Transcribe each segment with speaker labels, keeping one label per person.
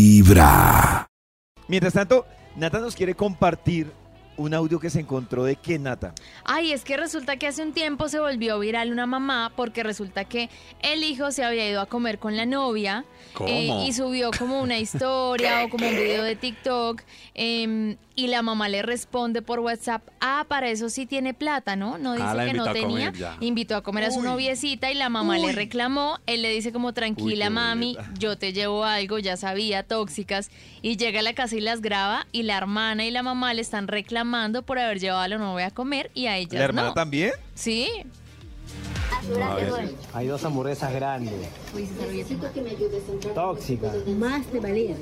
Speaker 1: Vibra.
Speaker 2: Mientras tanto, Nata nos quiere compartir un audio que se encontró de qué, Nata.
Speaker 3: Ay, es que resulta que hace un tiempo se volvió viral una mamá porque resulta que el hijo se había ido a comer con la novia eh, y subió como una historia o como un video de TikTok eh, y la mamá le responde por WhatsApp, ah, para eso sí tiene plata, ¿no? No dice
Speaker 4: Ah, la
Speaker 3: que no
Speaker 4: invitó a
Speaker 3: tenía.
Speaker 4: comer ya.
Speaker 3: invitó a comer a su noviecita y la mamá le reclamó, él le dice como tranquila
Speaker 4: Uy, qué
Speaker 3: mami,
Speaker 4: boleta.
Speaker 3: yo te llevo algo, ya sabía, tóxicas, y llega a la casa y las graba y la hermana y la mamá le están reclamando por haber llevado a la novia a comer y a ellas
Speaker 2: ¿La hermana
Speaker 3: no.
Speaker 2: también?
Speaker 3: Sí,
Speaker 5: Hay dos hamburguesas grandes, tóxicas.
Speaker 6: Más te valía.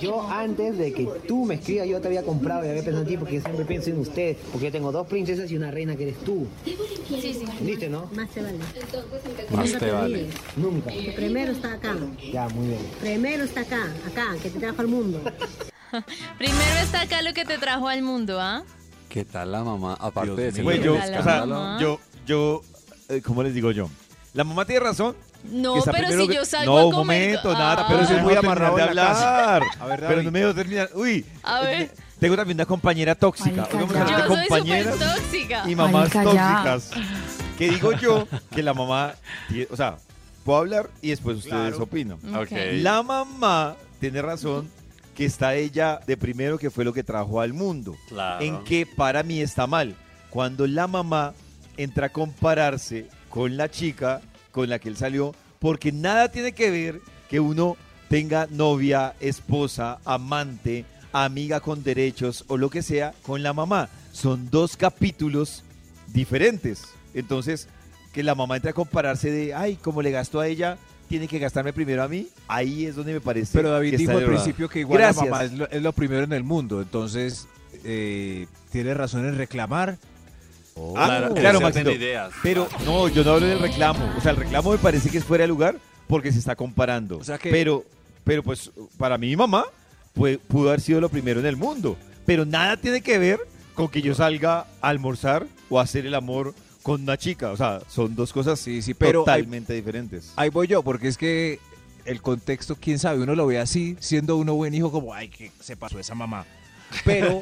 Speaker 5: Yo antes de que tú me escribas, yo te había comprado y había pensado en ti porque siempre pienso en usted, porque yo tengo dos princesas y una reina que eres tú.
Speaker 6: Sí, sí.
Speaker 5: ¿Viste, no?
Speaker 6: Más te vale.
Speaker 4: Más
Speaker 6: Nunca
Speaker 4: te vale.
Speaker 6: olvides.
Speaker 5: Nunca.
Speaker 6: Porque Primero está acá.
Speaker 5: Ya, muy bien.
Speaker 6: Primero está acá, acá, que te trajo al mundo.
Speaker 3: primero está acá lo que te trajo al mundo, ¿ah?
Speaker 4: ¿Qué tal la mamá? Aparte
Speaker 7: Dios
Speaker 4: de ser
Speaker 7: mío.
Speaker 2: Güey,
Speaker 3: Sí,
Speaker 2: yo, o
Speaker 3: la
Speaker 2: sea, ah,
Speaker 3: mamá.
Speaker 2: yo, yo, eh, ¿cómo les digo yo? La mamá tiene razón.
Speaker 3: No,
Speaker 2: que está
Speaker 3: pero
Speaker 2: primero
Speaker 3: si
Speaker 2: que-
Speaker 3: yo salgo
Speaker 2: No,
Speaker 3: a
Speaker 2: un
Speaker 3: comer...
Speaker 2: momento, nada,
Speaker 3: Ah.
Speaker 2: pero si
Speaker 7: sí
Speaker 2: es muy
Speaker 7: Déjalo
Speaker 2: amarrado de
Speaker 7: terminar de
Speaker 2: hablar.
Speaker 7: A ver,
Speaker 2: pero
Speaker 7: David.
Speaker 2: no me dejo terminar. Uy,
Speaker 3: A ver,
Speaker 2: tengo también una compañera tóxica.
Speaker 8: Marica,
Speaker 2: Hoy vamos a
Speaker 8: ya.
Speaker 2: hablar
Speaker 3: yo
Speaker 2: de
Speaker 3: soy súper
Speaker 2: compañeras
Speaker 3: tóxica.
Speaker 2: y mamás
Speaker 8: Marica, ya.
Speaker 2: tóxicas. Que digo yo que la mamá, tie- o sea, puedo hablar y después ustedes
Speaker 7: Claro.
Speaker 2: opinan.
Speaker 3: Mm, Ok.
Speaker 2: La mamá tiene razón que está ella de primero que fue lo que trajo al mundo.
Speaker 4: Claro.
Speaker 2: En que para mí está mal. Cuando la mamá entra a compararse con la chica con la que él salió, porque nada tiene que ver que uno tenga novia, esposa, amante, amiga con derechos o lo que sea con la mamá. Son dos capítulos diferentes. Entonces, que la mamá entre a compararse de, ay, como le gastó a ella, tiene que gastarme primero a mí, ahí es donde me parece.
Speaker 7: Pero David
Speaker 2: que está
Speaker 7: dijo al
Speaker 2: de verdad.
Speaker 7: principio que igual
Speaker 2: Gracias.
Speaker 7: la mamá es lo, es lo primero en el mundo, entonces eh, tiene razón en reclamar.
Speaker 2: Ah,
Speaker 4: Claro,
Speaker 2: claro,
Speaker 4: ese orden
Speaker 2: Maxito.
Speaker 4: de ideas.
Speaker 2: Pero no, yo no hablo del reclamo. O sea, el reclamo me parece que es fuera de lugar porque se está comparando.
Speaker 7: O sea que-
Speaker 2: Pero, pero pues para mí, mamá, pues, pudo haber sido lo primero en el mundo. Pero nada tiene que ver con que yo salga a almorzar o a hacer el amor con una chica. O sea, son dos cosas
Speaker 7: Sí, sí, pero hay-
Speaker 2: totalmente diferentes.
Speaker 7: Ahí voy yo, porque es que el contexto, quién sabe, uno lo ve así, siendo uno buen hijo, como, ay, que se pasó esa mamá. Pero,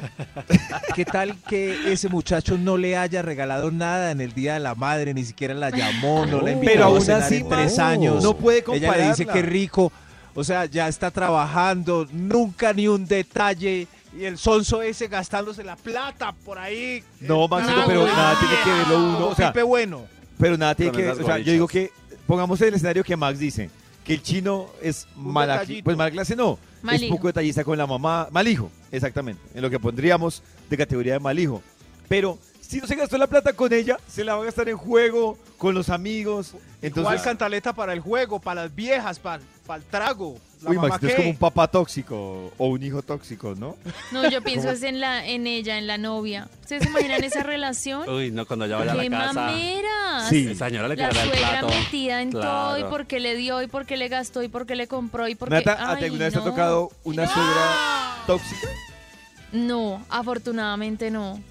Speaker 7: ¿qué tal que ese muchacho no le haya regalado nada en el Día de la Madre? Ni siquiera la llamó, no la invitó
Speaker 2: Pero
Speaker 7: a
Speaker 2: aún
Speaker 7: cenar
Speaker 2: así,
Speaker 7: en tres
Speaker 2: Max,
Speaker 7: años.
Speaker 2: no puede
Speaker 7: Ella le dice
Speaker 2: compararla.
Speaker 7: que rico. O sea, ya está trabajando, nunca ni un detalle. Y el sonso ese gastándose la plata por ahí. Ah,
Speaker 2: No, Maxito, pero nada tiene que ver lo uno.
Speaker 7: Como
Speaker 2: O sea,
Speaker 7: Pipe bueno.
Speaker 2: Pero nada tiene
Speaker 4: Con
Speaker 2: que ver.
Speaker 4: esas
Speaker 2: O sea, yo
Speaker 4: guarichas.
Speaker 2: digo que pongamos el escenario que Max dice. Que el chino es
Speaker 7: Un
Speaker 2: mala
Speaker 7: detallito.
Speaker 2: Pues mala clase no.
Speaker 3: Mal
Speaker 2: es
Speaker 3: hijo.
Speaker 2: poco detallista con la mamá. Mal hijo, exactamente. En lo que pondríamos de categoría de mal hijo. Pero si no se gastó la plata con ella, se la va a gastar en juego, con los amigos. Entonces,
Speaker 9: Igual cantaleta para el juego, para las viejas, para, el trago. La
Speaker 2: uy,
Speaker 9: mamá
Speaker 2: Max, tú es
Speaker 9: qué?
Speaker 2: como un papá tóxico o un hijo tóxico, ¿no?
Speaker 3: No, yo pienso es en, la, en ella, en la novia. ¿Ustedes se imaginan esa relación?
Speaker 4: Uy, no, cuando ya vaya a
Speaker 3: ¡Qué
Speaker 4: la casa.
Speaker 3: mamera!
Speaker 2: Sí.
Speaker 4: Esa señora le
Speaker 3: La
Speaker 4: quedará el
Speaker 3: suegra
Speaker 4: plato.
Speaker 3: metida en todo y
Speaker 4: Claro.
Speaker 3: por qué le dio y por qué le gastó y por qué le compró y por qué...
Speaker 2: Nata, ¿a ti
Speaker 3: Ay,
Speaker 2: alguna vez te ha
Speaker 3: no.
Speaker 2: tocado una suegra tóxica?
Speaker 3: No, afortunadamente no.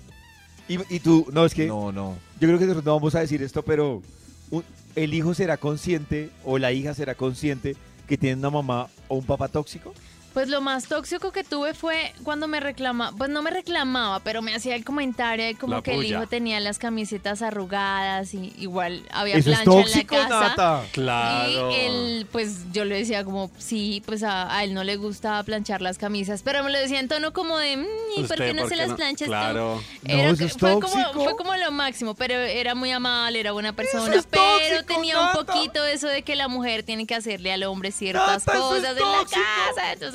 Speaker 2: Y, y tú, no, es que
Speaker 7: No, no.
Speaker 2: Yo creo que nosotros no vamos a decir esto, pero un- el hijo será consciente o la hija será consciente que tiene una mamá o un papá tóxico.
Speaker 3: Pues lo más tóxico que tuve fue cuando me reclamaba, pues no me reclamaba, pero me hacía el comentario de como
Speaker 4: La
Speaker 3: que el
Speaker 4: puya.
Speaker 3: hijo tenía las camisetas arrugadas y igual había
Speaker 2: Eso es
Speaker 3: plancha
Speaker 2: tóxico,
Speaker 3: en la casa.
Speaker 2: Nata.
Speaker 4: Claro.
Speaker 3: Y él, pues yo le decía como, sí, pues a, a él no le gusta planchar las camisas, pero me lo decía en tono como de, "Mm, ¿y por
Speaker 4: Usted,
Speaker 3: qué no se las
Speaker 4: no?
Speaker 3: planchas tú?".
Speaker 4: Claro.
Speaker 2: No, eso es
Speaker 3: fue,
Speaker 2: tóxico.
Speaker 3: como, fue como lo máximo, pero era muy amable, era buena persona,
Speaker 2: es
Speaker 3: pero
Speaker 2: tóxico,
Speaker 3: tenía un
Speaker 2: Nata.
Speaker 3: poquito eso de que la mujer tiene que hacerle al hombre ciertas
Speaker 2: Nata, eso es
Speaker 3: cosas en la
Speaker 2: tóxico.
Speaker 3: casa, entonces